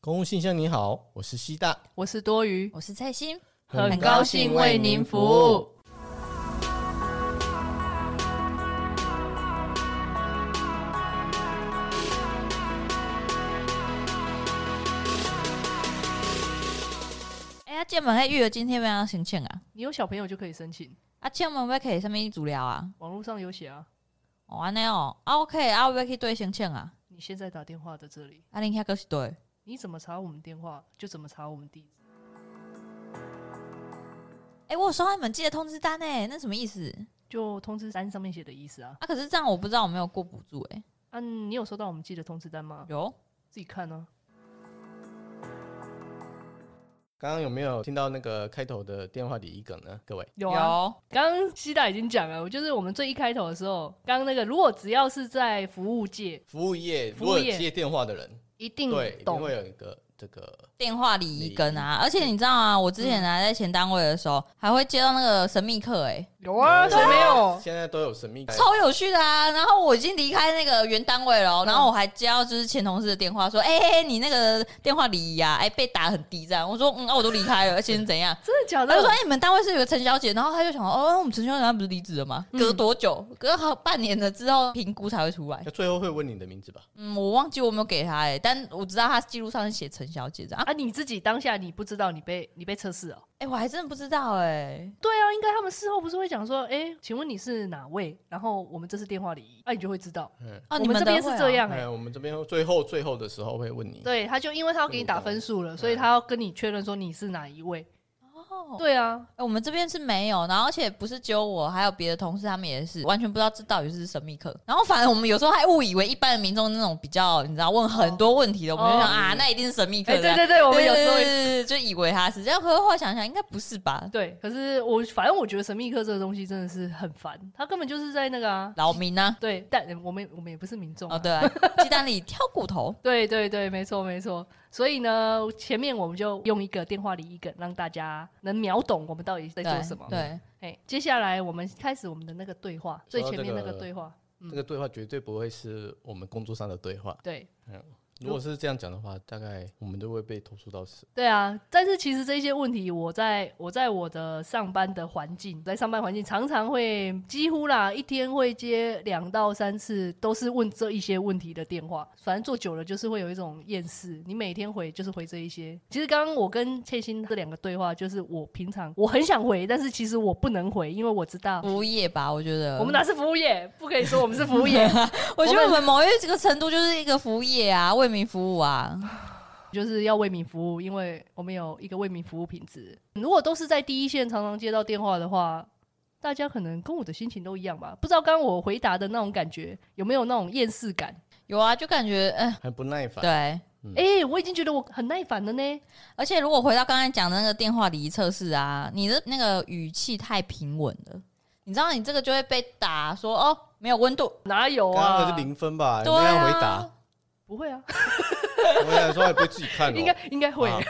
公务信箱，你好，我是西大，我是多余，我是蔡心，很高兴为您服务。。哎、啊，建门黑育儿今天要要申请啊？你有小朋友就可以申请，啊，建门要可以上面主聊啊？网络上有写啊。哦，安尼哦，啊，OK，啊，我要去对申请啊？你现在打电话的这里，啊，恁遐个是对？你怎么查我们电话，就怎么查我们地址。哎、我有收到你们寄的通知单诶，那什么意思？就通知单上面写的意思啊。啊，可是这样我不知道我没有过补助诶、啊，你有收到我们寄的通知单吗？有，自己看啊。刚刚有没有听到那个开头的电话礼仪梗呢？各位，有啊。刚刚西大已经讲了，我就是我们最一开头的时候，刚刚那个，如果只要是在服务界，服务业服如务果业接电话的人，一定对，一定懂会。有一个这个电话礼仪跟啊，而且你知道啊，我嗯之前啊在前单位的时候，还会接到那个神秘客、欸，有啊，谁没有？现在都有神秘感。超有趣的啊！然后我已经离开那个原单位了哦，然后我还接到就是前同事的电话说，哎、欸，你那个电话礼仪啊， 哎、被打很低这样。我说，嗯，啊，我都离开了，而且是怎样？真的假的他就说，哎、你们单位是有个陈小姐，然后他就想说，哦，我们陈小姐她不是离职了吗？嗯隔多久？隔好半年了之后评估才会出来那。最后会问你的名字吧？嗯，我忘记我有没有给她哎、但我知道她记录上是写陈小姐这样。啊啊，你自己当下你不知道你被你被测试哦。哎、我还真的不知道哎、对啊，应该他们事后不是会讲说，哎、请问你是哪位？然后我们这是电话礼仪，啊那、你就会知道。嗯，哦，我你们这边的会是哦这样哎、哎，我们这边最后最后的时候会问你。对，他就因为他要给你打分数了，所以他要跟你确认说你是哪一位。哦。对啊，欸我们这边是没有，然后而且不是只有我，还有别的同事，他们也是完全不知道这到底是神秘客。然后反正我们有时候还误以为一般的民众那种比较，你知道问很多问题的，我们就想、哦啊，那一定是神秘客哎、的。对对对，我们有时候对也对对对 就以为他是，这样回后来想想应该不是吧？对，可是我反正我觉得神秘客这个东西真的是很烦，他根本就是在那个啊，扰民呢、对，但我们我们也不是民众、啊？啊哦，对啊，鸡蛋里挑骨头。对对对，没错没错。所以呢，前面我们就用一个电话里一梗，让大家能秒懂我们到 底在对做什么。对，哎，接下来我们开始我们的那个对话，说最到前面这那个个对话。嗯这个对话绝对不会是我们工作上的对话。对嗯如果是这样讲的话，大概我们都会被投诉到死。对啊，但是其实这些问题，我在我在我的上班的环境，在上班环境常常会几乎啦，一天会接两到三次，都是问这一些问题的电话。反正做久了就是会有一种厌世，你每天回就是回这一些。其实刚刚我跟倩欣这两个对话，就是我平常我很想回，但是其实我不能回，因为我知道服务业吧，我觉得我们哪是服务业，不可以说我们是服务业。我觉得我我们某一这个程度就是一个服务业啊，为民服务啊。就是要为民服务，因为我们有一个为民服务品质。如果都是在第一线，常常接到电话的话，大家可能跟我的心情都一样吧。不知道刚刚我回答的那种感觉有没有那种厌世感？有啊，就感觉嗯、还不耐烦，对。嗯哎、我已经觉得我很耐烦了呢。而且如果回到刚才讲的那个电话礼仪测试啊，你的那个语气太平稳了，你知道你这个就会被打说哦没有温度，哪有刚刚那啊是？零分吧？你对那样啊，回答，不会啊，我想说还不会自己看哦， 应该应该会，啊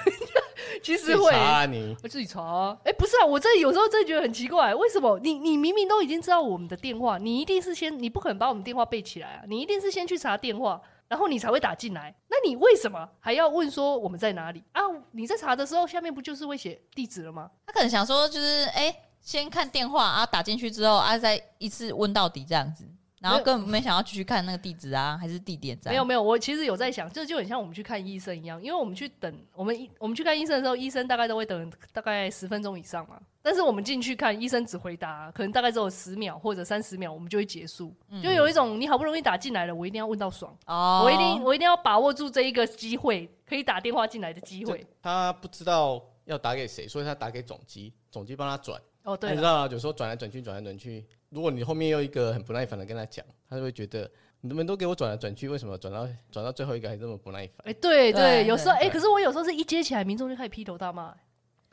其自实己会。查啊你。我自己查、啊。哎、不是啊，我这有时候真的觉得很奇怪，为什么你你明明都已经知道我们的电话，你一定是先你不可能把我们电话背起来啊，你一定是先去查电话，然后你才会打进来。那你为什么还要问说我们在哪里啊？你在查的时候，下面不就是会写地址了吗？他可能想说就是哎、先看电话啊，打进去之后啊再一次问到底这样子，然后没有根本没想要继续看那个地址啊还是地点这没有样。没有，我其实有在想，这就很像我们去看医生一样，因为我们去等我们一我们去看医生的时候，医生大概都会等大概十分钟以上嘛。但是我们进去看，医生只回答可能大概只有十秒或者三十秒，我们就会结束，就有一种你好不容易打进来了，我一定要问到爽，嗯哦，我一定我一定要把握住这一个机会，可以打电话进来的机会这。他不知道要打给谁，所以他打给总机，总机帮他转。哦，对你知了，道啊，有时候转来转去，转来转去。如果你后面又一个很不耐烦的跟他讲，他就会觉得你们都给我转来转去，为什么转到转到最后一个还这么不耐烦？哎，对对对，有时候哎，对可是我有时候是一接起来，民众就开始劈头大骂。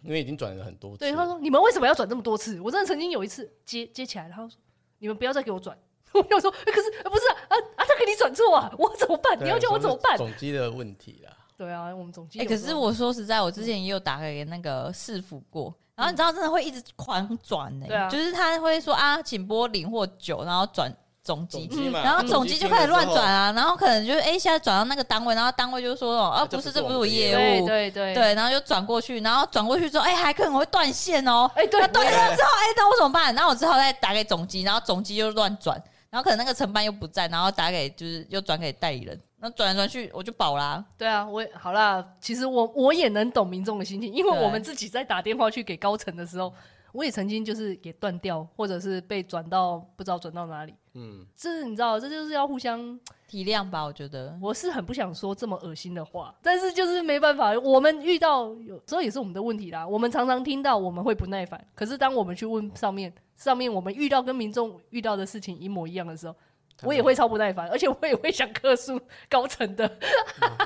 因为已经转了很多次。对，他说你们为什么要转这么多次？我真的曾经有一次接接起来，然后说你们不要再给我转。 我就说，欸可是、呃不是啊啊啊，他给你转错啊， 我怎么办？对你要叫我怎么办？总机的问题啦，对啊，我们总哎、经理可有时嗯是候。我说实在，我之前也有打给那个市府过，然后你知道真的会一直狂转呢、嗯欸对啊就是他会说啊，请拨零或九，然后转总机总。机嘛，然后总机就开始乱总转机听了啊，然后可能就是哎、现在转到那个单位，然后单位就说哦，啊，哎这不不是，是这不是我我们的业业对务，对对，对，然后就转过去，然后转过去之后，哎、还可能会断线哦，哎对那断线对啊了之后，哎、那我怎么办？那我只好再打给总机，然后总机又乱转，然后可能那个承办又不在，然后打给就是又转给代理人，那转来转去我就饱啦、对啊，我也好啦。其实我我也能懂民众的心情，因为对我们自己在打电话去给高层的时候，我也曾经就是也断掉，或者是被转到不知道转到哪里。嗯，这你知道，这就是要互相。体谅吧，我觉得。我是很不想说这么恶心的话，但是就是没办法，我们遇到有时候也是我们的问题啦。我们常常听到我们会不耐烦，可是当我们去问上面，上面我们遇到跟民众遇到的事情一模一样的时候，我也会超不耐烦，而且我也会想客诉 高层的。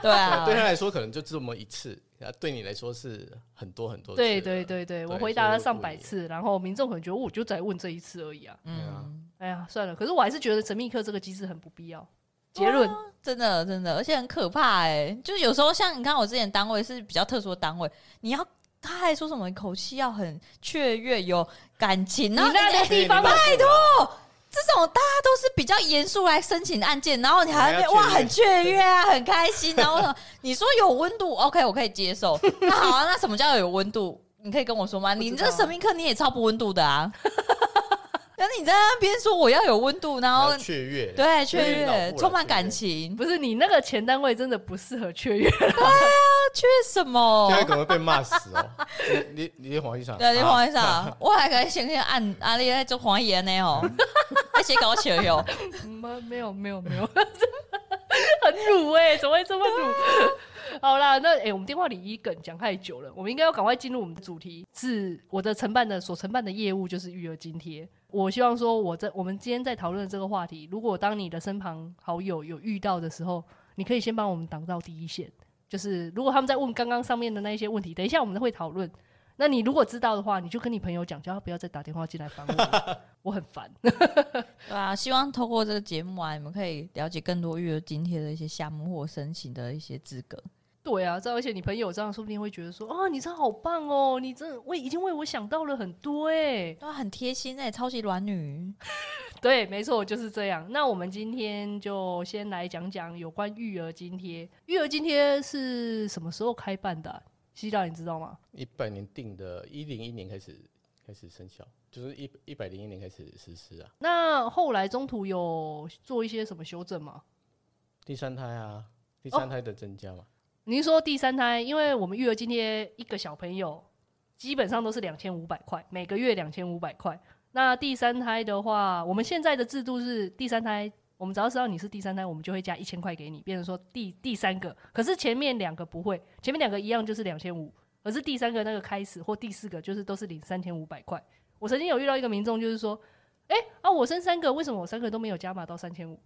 对 啊，对他来说可能就这么一次，啊，对你来说是很多很多次了。对对对对，我对回答所以了就上不百一样次，然后民众可能觉得哦我就在问这一次而已啊。嗯，哎呀，算了，可是我还是觉得神秘客这个机制很不必要。结论，真的真的，而且很可怕哎、就是有时候像你看我之前单位是比较特殊的单位，你要他还说什么口气要很雀跃有感情，然后你那个对地方你拜托，这种大家都是比较严肃来申请案件，然后你还在那边哦还要哇雀跃很雀跃啊，很开心，然后呢，你说有温度，OK，我可以接受。那好啊，那什么叫有温度？你可以跟我说吗？不知你道啊这神明课你也超不温度的啊！但是你在那边说我要有温度，然然后后雀跃，对雀有点脑跃部，了充满雀跃感情，不是你那个前单位真的不适合雀跃，缺什现在么？可能会被骂死哦。 你你你黄医生，对，你啊黄医生，我还可以先去按阿丽在做黄爷呢 哦，还写搞笑哟。嗯没没有没有没有， 很辱哎、怎么会这么辱？好啦，那哎、我们电话里一梗讲太久了，我们应该要赶快进入我们的主题，是我的承办的所承办的业务就是育儿津贴。我希望说，我在我们今天在讨论的这个话题，如果当你的身旁好友有遇到的时候，你可以先帮我们挡到第一线。就是如果他们在问刚刚上面的那一些问题，等一下我们会讨论。那你如果知道的话，你就跟你朋友讲，叫他不要再打电话进来烦我了，我很烦。对啊，希望透过这个节目啊，你们可以了解更多育儿津贴的一些项目或申请的一些资格。对啊，这样而且你朋友这样说不定会觉得说啊，你真好棒哦，你真的为已经为我想到了很多哎。哇，很贴心哎、超级 软女。对，没错，就是这样。那我们今天就先来讲讲有关育儿津贴。育儿津贴是什么时候开办的啊、西大你知道吗？一百年定的，一零一年开始开始生效，就是一一百零一年开始实施啊。那后来中途有做一些什么修正吗？第三胎啊，第三胎的增加哦嘛，您说第三胎，因为我们育儿津贴一个小朋友基本上都是两千五百块，每个月两千五百块。那第三胎的话，我们现在的制度是第三胎，我们只要知道你是第三胎，我们就会加一千块给你，变成说第第三个。可是前面两个不会，前面两个一样就是两千五，可是第三个那个开始或第四个就是都是领三千五百块。我曾经有遇到一个民众，就是说，哎、啊，我生三个，为什么我三个都没有加码到三千五？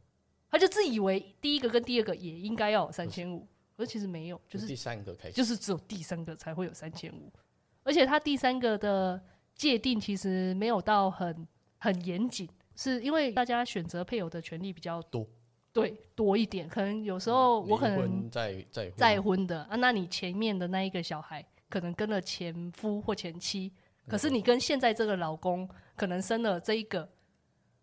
他就自以为第一个跟第二个也应该要有三千五，可是其实没有，就是第三个开始，就是只有第三个才会有三千五，而且它第三个的界定其实没有到很很严谨，是因为大家选择配偶的权利比较多，嗯对多一点，可能有时候我可离能婚再再婚再婚的啊，那你前面的那一个小孩可能跟了前夫或前妻，可嗯是你跟现在这个老公可能生了这一个，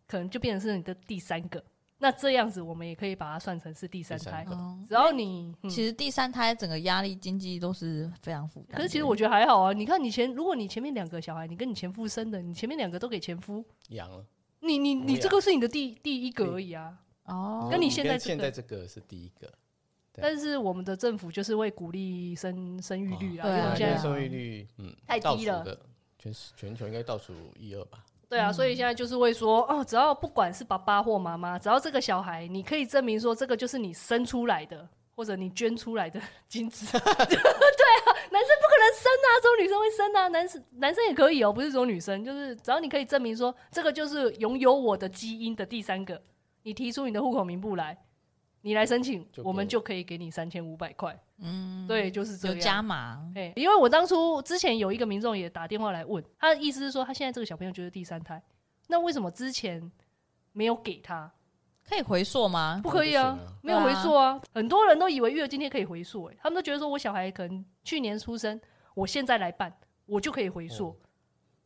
可能就变成是你的第三个，那这样子我们也可以把它算成是第三第三胎个，哦，只要你、嗯其实第三胎整个压力经济都是非常负担的。可是其实我觉得还好啊，你看你前，如果你前面两个小孩，你跟你前夫生的，你前面两个都给前夫，养了，你你不一你样这个是你的第第一个而已啊。哦，跟你现在跟这现个在这个是第一个，对但是我们的政府就是会鼓励生生育率啊，因为我啊们因现为在收益率嗯太倒低数了的，全全球应该倒数一二吧，对啊，所以现在就是会说哦，只要不管是爸爸或妈妈，只要这个小孩，你可以证明说这个就是你生出来的，或者你捐出来的精子。对啊，男生不可能生啊，只有女生会生啊，男生男生也可以哦，不是只有女生，就是只要你可以证明说这个就是拥有我的基因的第三个，你提出你的户口名簿来，你来申请，就给我们你就可以给你三千五百块。嗯，对，就是这有样。加码，哎、因为我当初之前有一个民众也打电话来问，他的意思是说，他现在这个小朋友就是第三胎，那为什么之前没有给他？可以回溯吗？不可以啊不行啊，没有回溯啊。很多人都以为育儿津贴可以回溯、哎，他们都觉得说我小孩可能去年出生，我现在来办，我就可以回溯。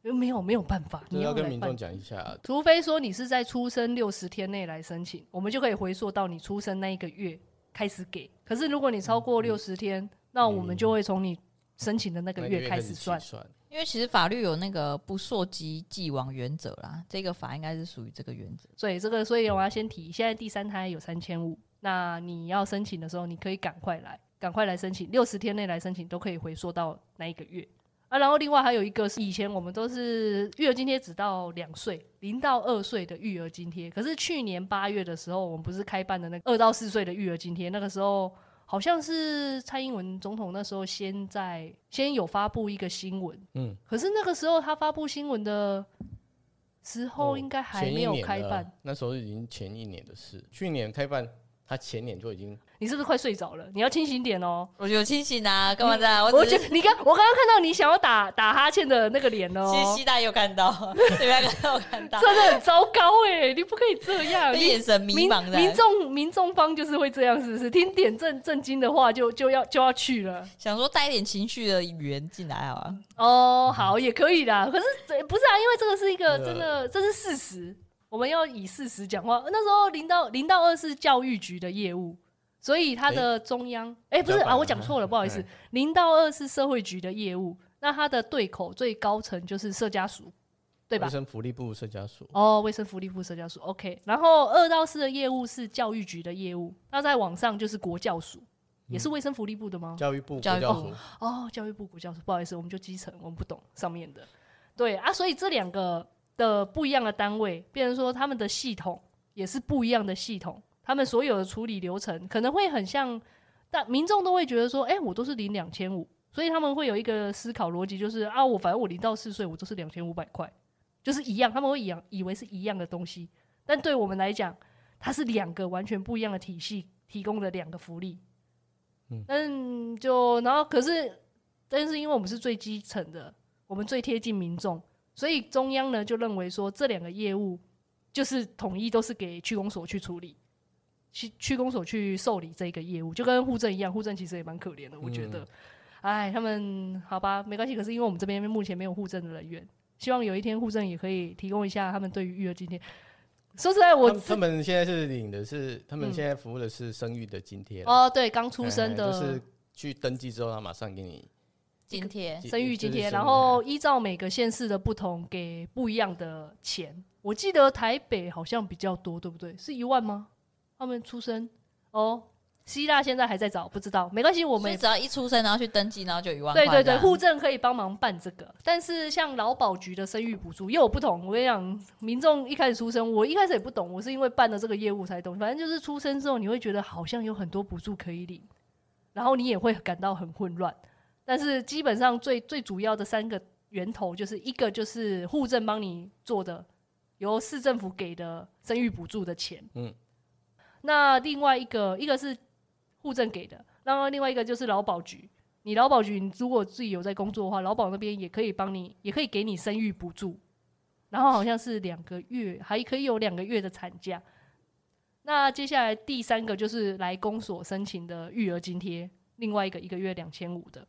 因为没有没有办法，就你哦要来跟民办众讲一下，除非说你是在出生六十天内来申请，我们就可以回溯到你出生那一个月开始给。可是如果你超过六十天，那我们就会从你申请的那那个个月月开始始算。起算。因为其实法律有那个不溯及既往原则啦，这个法应该是属于这个原则。所以这个，所以我要先提，现在第三胎有三千五，那你要申请的时候，你可以赶快来，赶快来申请，六十天内来申请都可以回溯到那一个月啊。然后另外还有一个是，以前我们都是育儿津贴只到两岁，零到二岁的育儿津贴，可是去年八月的时候，我们不是开办的那个二到四岁的育儿津贴，那个时候。好像是蔡英文总统那时候先在先有发布一个新闻，嗯，可是那个时候他发布新闻的时候，哦应该还前一没有年开了办。，那时候已经前一年的事。去年开办，他前年就已经你是不是快睡着了？你要清醒点哦。我有清醒啊，干嘛这样？我只觉得你刚我刚刚看到你想要打打哈欠的那个脸了其实哦，西大也有看到，你们两个有看到，真的很糟糕哎、你不可以这样。就你眼神迷民茫的，民众民众方就是会这样，是不是？听点正正经的话就就要就要去了。想说带一点情绪的语言进来好啊。哦，好也可以啦。可是这不是啊，因为这个是一个呃真的，这是事实。我们要以事实讲话。那时候零到零到二是教育局的业务，所以它的中央哎、不是老板啊，啊我讲错了，不好意思哎，零到二是社会局的业务，那它的对口最高层就是社家署，对吧卫？生福利部社家所，哦，卫生福利部社家署，OK。然后二到四的业务是教育局的业务，那在网上就是国教署，也嗯是卫生福利部的吗？教育部国教育教部署，哦，教育部国教署，不好意思，我们就基层，我们不懂上面的。对啊，所以这两个的不一样的单位，变成说他们的系统也是不一样的系统，他们所有的处理流程可能会很像，但民众都会觉得说，哎、我都是领两千五，所以他们会有一个思考逻辑，就是啊，我反正我零到四岁，我都是两千五百块，就是一样，他们会以样以为是一样的东西，但对我们来讲，它是两个完全不一样的体系提供的两个福利。嗯但就然后可是但是因为我们是最基层的，我们最贴近民众，所以中央呢就认为说这两个业务就是统一都是给区公所去处理，区区公所去受理这个业务，就跟户政一样，户政其实也蛮可怜的，我觉得嗯。哎、他们好吧，没关系。可是因为我们这边目前没有户政的人员，希望有一天户政也可以提供一下他们对于育儿津贴。说实在，我他们自他们现在是领的是，他们嗯现在服务的是生育的津贴，哦，对，刚出哎生的、就是去登记之后，他马上给你今天就哎生育津就是贴，哎然后依照每个县市的不同，给不一样的钱。我记得台北好像比较多，对不对？是一万吗？他们出生哦，希腊现在还在找，不知道，没关系，我我们们也只要一出生，然后去登记，然后就有一万块对这对样。对，户政可以帮忙办这个，但是像劳保局的生育补助又有不同。我跟你讲，民众一开始出生，我一开始也不懂，我是因为办了这个业务才懂。反正就是出生之后，你会觉得好像有很多补助可以领，然后你也会感到很混乱。但是基本上最最主要的三个源头，就是一个就是户政帮你做的，由市政府给的生育补助的钱，嗯嗯，那另外一个一个是户政给的，然后另外一个就是劳保局。你劳保局，你如果自己有在工作的话，劳保那边也可以帮你，也可以给你生育补助，然后好像是两个月，还可以有两个月的产假。那接下来第三个就是来公所申请的育儿津贴，另外一个一个月两千五的。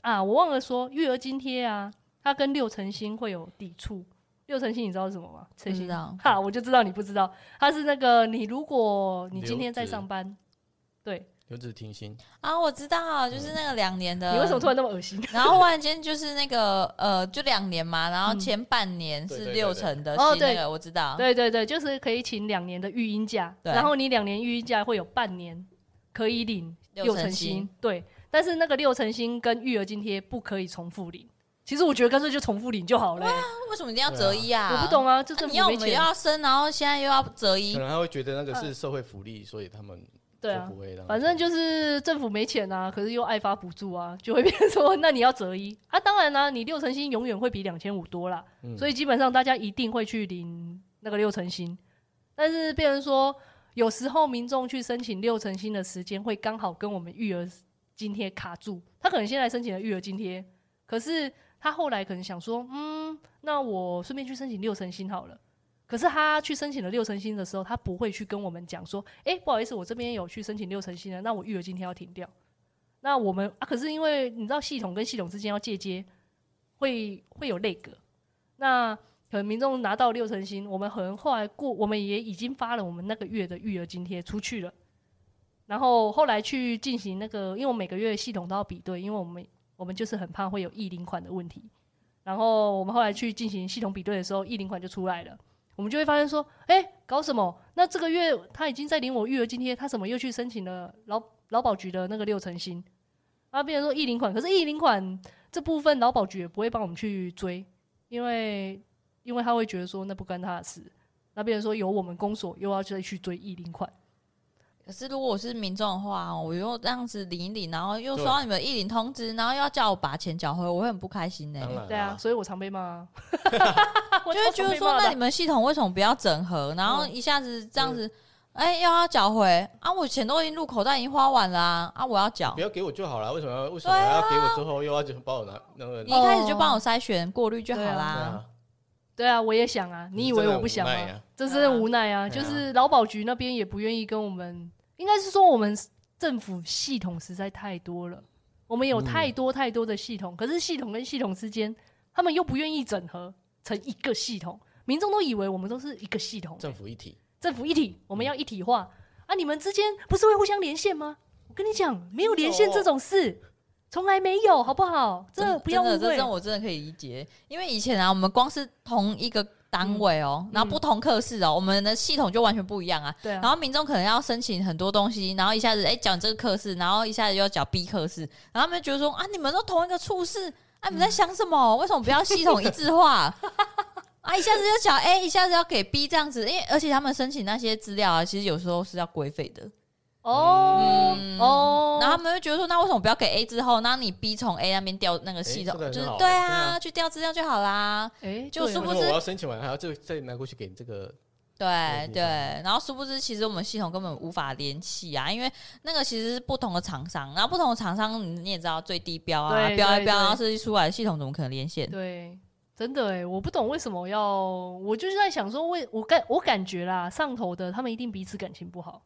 啊，我忘了说育儿津贴啊，它跟六成新会有抵触。六成新你知道是什么吗？不陈知新道哈，我就知道你不知道，它是那个你如果你今天在留职上班，对留职停薪，啊，我知道，就是那个两年的。你为什么突然那么恶心？然后忽然间就是那个呃，就两年嘛，然后嗯前半年对是对六对对成的，哦是那对个我知道。对对对，就是可以请两年的育婴假，对然后你两年育婴假会有半年可以领六六成成薪薪，对，但是那个六成薪跟育儿津贴不可以重复领。其实我觉得干脆就重复领就好了欸、为什么一定要择一啊？我不懂啊，就啊。政你府要我没们又钱，要生，然后现在又要择一可，能他会觉得那个是社会福利，所以他们嗯对就啊不，会让他反正就是政府没钱啊，可是又爱发补助啊，就会变成说，那你要择一啊。当然啦、你六成薪永远会比两千五多啦，嗯所以基本上大家一定会去领那个六成薪。但是变成说，有时候民众去申请六成薪的时间会刚好跟我们育儿津贴卡住，他可能现在申请了育儿津贴，可是他后来可能想说，嗯，那我顺便去申请六成薪好了。可是他去申请了六成薪的时候，他不会去跟我们讲说，哎、不好意思，我这边有去申请六成薪了，那我育儿今天要停掉。那我们啊，可是因为你知道系统跟系统之间要借接，会会有内格。那可能民众拿到六成薪，我们可能后来过，我们也已经发了我们那个月的育儿津贴出去了，然后后来去进行那个，因为我每个月系统都要比对，因为我们我们就是很怕会有异零款的问题，然后我们后来去进行系统比对的时候，异零款就出来了。我们就会发现说，哎、搞什么？那这个月他已经在领我育儿津贴，他怎么又去申请了劳劳保局的那个六成薪？啊，变成说一零款，可是一零款这部分劳保局也不会帮我们去追，因为因为他会觉得说那不干他的事。那变成说由我们公所又要再去追一零款，可是如果我是民众的话，我又这样子领一领，然后又收到你们一领通知，然后又要叫我把钱缴回，我会很不开心呢、当然对啊，啦，所以我常被骂 啊，我就会觉常得被说，骂的那你们系统为什么不要整合？然后嗯一下子这样子，哎、又要缴回啊！我钱都已经入口袋，已经花完了啊！啊我要缴不，要给我就好了，为什么要为什么啊要给我之后又要就把我拿那个？你一开始就帮我筛选过滤就好对对啦。啊，对啊，我也想啊，你以为我不想吗？这真的无奈啊，对就啊是劳保局那边也不愿意跟我们，应该是说我们政府系统实在太多了，我们有嗯太多太多的系统，可是系统跟系统之间，他们又不愿意整合成一个系统，民众都以为我们都是一个系统，政府一体，政府一体，我们要一体化啊！你们之间不是会互相连线吗？我跟你讲，没有连线这种事，从来没有，好不好？真这的不要误嗯真的，这会真的。我真的可以理解，因为以前啊，我们光是同一个单位哦、嗯然后不同课室哦，我们的系统就完全不一样啊。对啊，然后民众可能要申请很多东西，然后一下子哎讲这个课室，然后一下子又要讲 B 课室，然后他们就觉得说啊，你们都同一个处室，啊，你们在嗯想什么？为什么不要系统一致化？ 啊，一下子就讲 A，一下子要给 B 这样子，因为而且他们申请那些资料啊，其实有时候是要规费的。哦嗯哦，然后他们就觉得说，那为什么不要给 A 之后，那你 B 从 A 那边调那个系统，诶这个很就是好对对啊，啊去调资料就好啦。哎，就对殊为不什么知我要申请完还要再再拿过去给这个？对对对，然后殊不知，其实我们系统根本无法联系啊，因为那个其实是不同的厂商，然后不同的厂商你也知道最低标啊，对标一对标，对然后设计出来的系统怎么可能连线？对，真的哎，我不懂为什么要，我就是在想说为，我感我感觉啦，上头的他们一定彼此感情不好，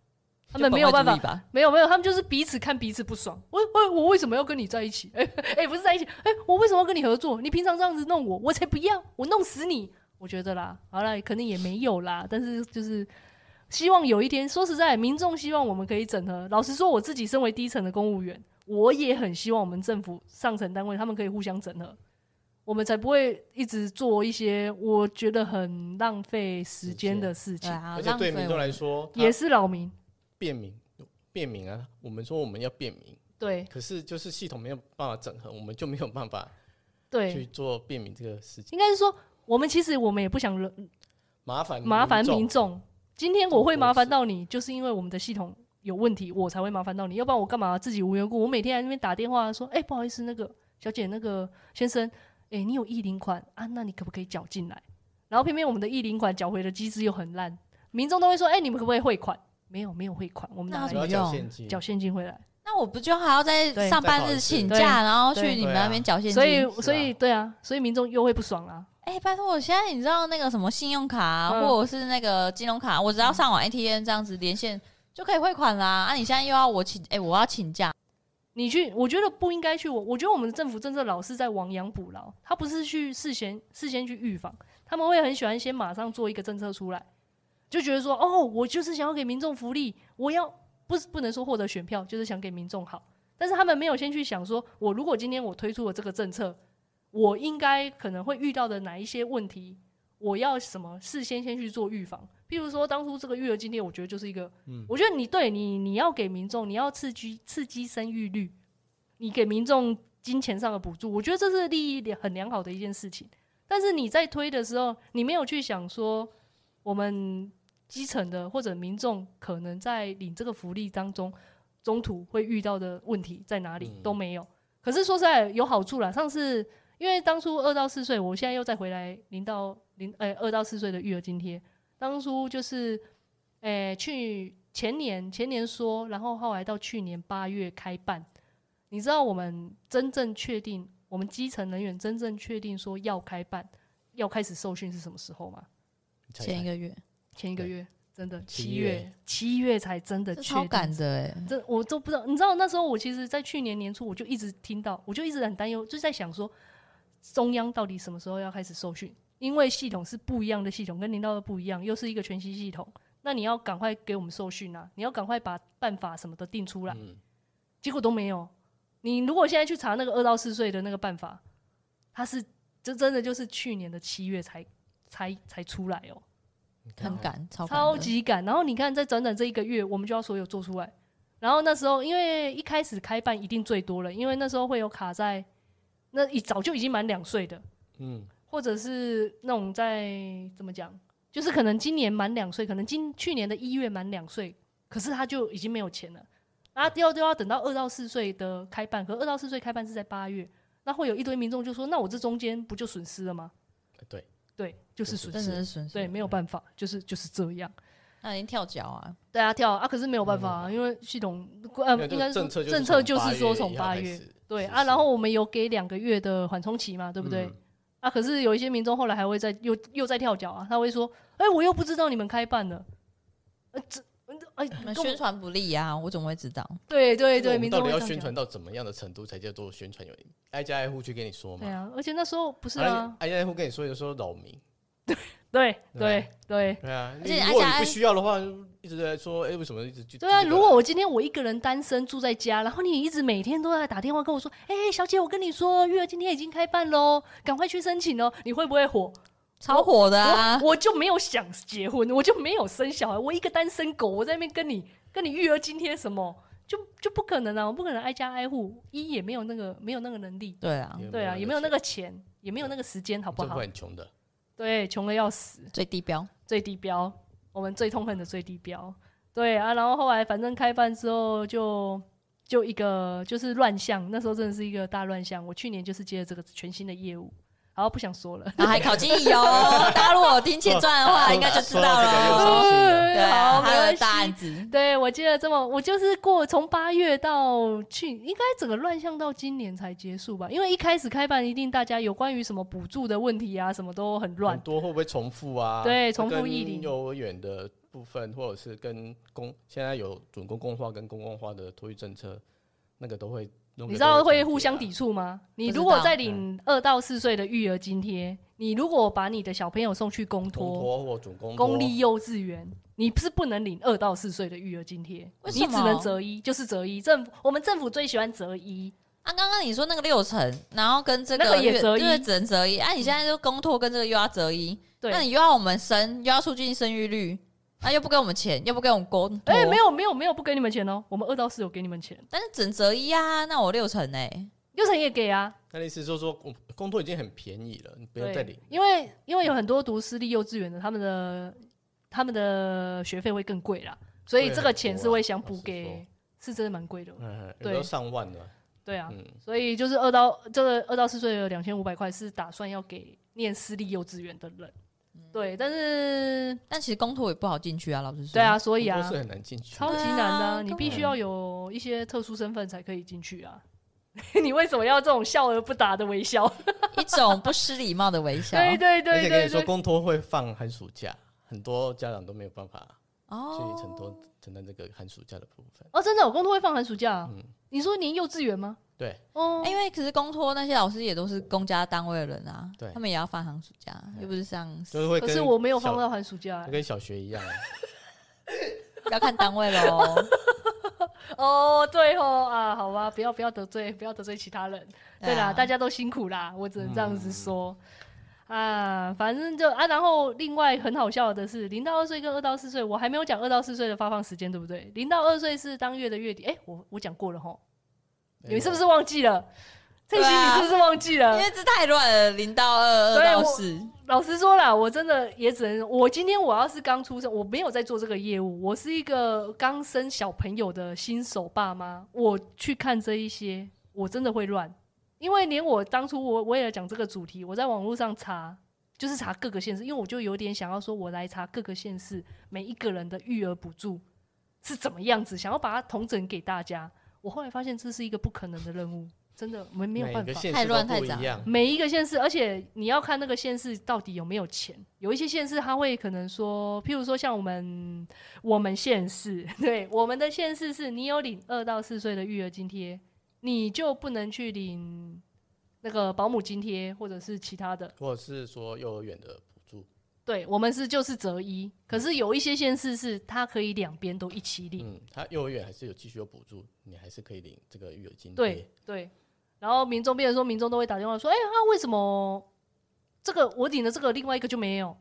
他们没有办就法本位，主义吧？没有没有，他们就是彼此看彼此不爽。我我我为什么要跟你在一起？ 哎、哎、不是在一起，哎、我为什么要跟你合作？你平常这样子弄我，我才不要，我弄死你！我觉得啦，好啦，肯定也没有啦，但是就是。希望有一天，说实在，民众希望我们可以整合。老实说，我自己身为低层的公务员，我也很希望我们政府上层单位他们可以互相整合，我们才不会一直做一些我觉得很浪费时间的事对情，啊，而且对啊浪费民众我来说，也是扰民。便民便民啊，我们说我们要便民，对可是就是系统没有办法整合，我们就没有办法对，去做便民这个事情，应该是说，我们其实我们也不想惹麻烦麻烦嗯众民众。今天我会麻烦到你，就是因为我们的系统有问题，我才会麻烦到你。要不然我干嘛自己无缘故？我每天在那边打电话说，哎、不好意思，那个小姐，那个先生，哎、你有一零款啊？那你可不可以缴进来？然后偏偏我们的一零款缴回的机制又很烂，民众都会说，哎、你们可不可以汇款？没有，没有汇款，我们拿那主要来怎缴么用现金，缴现金回来。那我不就还要在对上班日请假，然后去你们那边缴现金？所以，啊所以对啊，所以民众又会不爽啊。哎、拜托，我现在你知道那个什么信用卡、啊嗯或者是那个金融卡，我只要上网 ATM 这样子连线就可以汇款啦。啊，你现在又要我请，哎、我要请假，你去，我觉得不应该去。我我觉得我们的政府政策老是在亡羊补牢，他不是去事先事先去预防，他们会很喜欢先马上做一个政策出来，就觉得说哦，我就是想要给民众福利，我要不是不能说获得选票，就是想给民众好。但是他们没有先去想说，我如果今天我推出了这个政策，我应该可能会遇到的哪一些问题，我要什么事先先去做预防。譬如说，当初这个育儿津贴，我觉得就是一个，我觉得你对你你要给民众，你要刺激刺激生育率，你给民众金钱上的补助，我觉得这是利益良很良好的一件事情。但是你在推的时候，你没有去想说，我们基层的或者民众可能在领这个福利当中，中途会遇到的问题在哪里、嗯都没有。可是说实在有好处啦，上次因为当初二到四岁，我现在又再回来零到零，呃，二到四岁的育儿津贴，当初就是，诶、去前年前年说，然后后来到去年八月开办，你知道我们真正确定，我们基层人员真正确定说要开办，要开始受训是什么时候吗？前一个月，前一个月，真的七七月月，七月才真的这确超定赶的哎、这我都不知道。你知道那时候我其实，在去年年初我就一直听到，我就一直很担忧，就在想说，中央到底什么时候要开始受训，因为系统是不一样的系统，跟零到二不一样，又是一个全新系统，那你要赶快给我们受训啊！你要赶快把办法什么的定出来，嗯结果都没有。你如果现在去查那个二到四岁的那个办法，它是这真的就是去年的七月才才才出来哦、很赶，超赶的超级赶。然后你看，在短短这一个月，我们就要所有做出来。然后那时候，因为一开始开办一定最多了，因为那时候会有卡在那一早就已经满两岁的，嗯，或者是那种在怎么讲，就是可能今年满两岁，可能今去年的一月满两岁，可是他就已经没有钱了，啊，要都要等到二到四岁的开办，可二到四岁开办是在八月，那会有一堆民众就说，那我这中间不就损失了吗？对，对，就是损真的失，是损失。对，没有办法，就是就是这样。那已经跳脚啊，对啊，跳啊，可是没有办法啊，因为系统呃，那这应个该是政策就是政策从就8是说从1号八开月始对实啊，施然后我们有给两个月的缓冲期嘛，对不对？嗯啊，可是有一些民众后来还会再又又再跳脚啊，他会说，哎、我又不知道你们开办了，呃，这呃哎、你跟们我宣传不力啊，我怎么会知道？对对这个对，我们民到众底会要这样宣讲传到怎么样的程度才叫做宣传有影？挨家挨户去跟你说对嘛，啊，而且那时候不是啊啊，挨家挨户跟你说，有时候扰民，对对对对对啊，而且你挨如果家你挨不需要的话，就一直在说，哎，为什么一直就对啊，就这个如果我今天我一个人单身住在家，然后你一直每天都在打电话跟我说，哎、小姐，我跟你说，月今天已经开办喽，赶快去申请喽，你会不会火？超火的啊！我我就没有想结婚，我就没有生小孩，我一个单身狗，我在那边跟你跟你育儿津贴什么，就就不可能啊！我不可能挨家挨户，一也没有那个没有那个能力，对啊，你对啊，也没有那个钱，也没有那个时间，好钱不政府好？很穷的，对，穷的要死，最低标，最低标，我们最痛恨的最低标。对啊，然后后来反正开办之后就就一个就是乱象，那时候真的是一个大乱象。我去年就是接了这个全新的业务，然后不想说了。然后还考金乙 哦。大家如果有听前传的话，应该就知说道到这个又了。伤心了，对对啊， 好，没还关有系大案子，对，我记得这么，我就是过从八月到去，应该整个乱象到今年才结束吧。因为一开始开办，一定大家有关于什么补助的问题啊，什么都很很嗯乱。多会不会重复啊？对会重复跟意林幼儿园的部分，或者是跟公现在有准公共化跟公共化的托育政策，那个都会，那个你知道都会重复互相啊抵触吗？你不如知果道在领二到四岁的育儿津贴，你如果把你的小朋友送去公公托、托或准公托哦公立幼稚园，你是不能领二到四岁的育儿津贴，为你什只能么择一，就是择一。政府我们政府最喜欢择一，啊，刚刚你说那个六成，然后跟这那个也月折一对只能折一。啊，你现在就公托跟这个又要折一，对，那你又要我们生，又要促进生育率，啊，又不给我们钱，又不给我们公托，哎、没有没有没有，不给你们钱哦，我们二到四有给你们钱，但是只能折一啊，那我六成哎、六成也给啊，那意思就是说，我公托已经很便宜了，你不用对，再领。因为因为有很多读私立幼稚园的，他们的他们的学费会更贵啦，所以贵这个很钱多是啊会想老补实给，是真的蛮贵的，嗯，有对没有上万了？对啊，嗯，所以就是二到这个二到四岁的两千五百块是打算要给念私立幼稚园的人，嗯对，但是但其实公托也不好进去啊，老实说。对，啊，所以公啊托是，很难进去超的。嗯级难的啊、对啊你根必本须要有一些特殊身份才可以进去啊。 你为什么要这种笑而不答的微笑？一种不失礼貌的微笑。对对而对且跟对你说，对，公托会放寒暑假，很多家长都没有办法去哦，承担承担这个寒暑假的部分。哦，真的，我公托会放寒暑假、啊。嗯你说您幼稚园吗？对，哦，哎因为可是公托那些老师也都是公家单位的人啊，对他们也要放寒暑假，对又不是像就是会可跟是我没有放小到寒暑假、就欸。跟小学一样啊，要看单位 喽。哦，对哦，啊，好吧，不要不要得罪，不要得罪其他人。对啦，啊大家都辛苦啦，我只能这样子说。嗯啊，反正就啊，然后另外很好笑的是，零到二岁跟二到四岁，我还没有讲二到四岁的发放时间，对不对？零到二岁是当月的月底，哎、我我讲过了吼，哎 你们是不是忘记了？对翠西，啊你是不是忘记了？因为这太乱了，零到二，二对到我四，老实说啦，我真的也只能，我今天我要是刚出生，我没有在做这个业务，我是一个刚生小朋友的新手爸妈，我去看这一些，我真的会乱，因为连我当初我为了讲这个主题，我在网络上查，就是查各个县市，因为我就有点想要说，我来查各个县市每一个人的育儿补助是怎么样子，想要把它统整给大家。我后来发现这是一个不可能的任务，真的，我们没有办每个。法县太市都乱太不杂一样，每一个县市，而且你要看那个县市到底有没有钱。有一些县市他会可能说，譬如说像我们我们县市， 对我们的县市是你有领二到四岁的育儿津贴，你就不能去领那个保姆津贴或者是其他的。或者是说幼儿园的补助，对我们是就是择一，可是有一些县市是它可以两边都一起领。嗯，他幼儿园还是有继续有补助，你还是可以领这个育儿津贴。对，对，然后民众变成说，民众都会打电话说，哎、那、为什么这个我领的这个，另外一个就没有？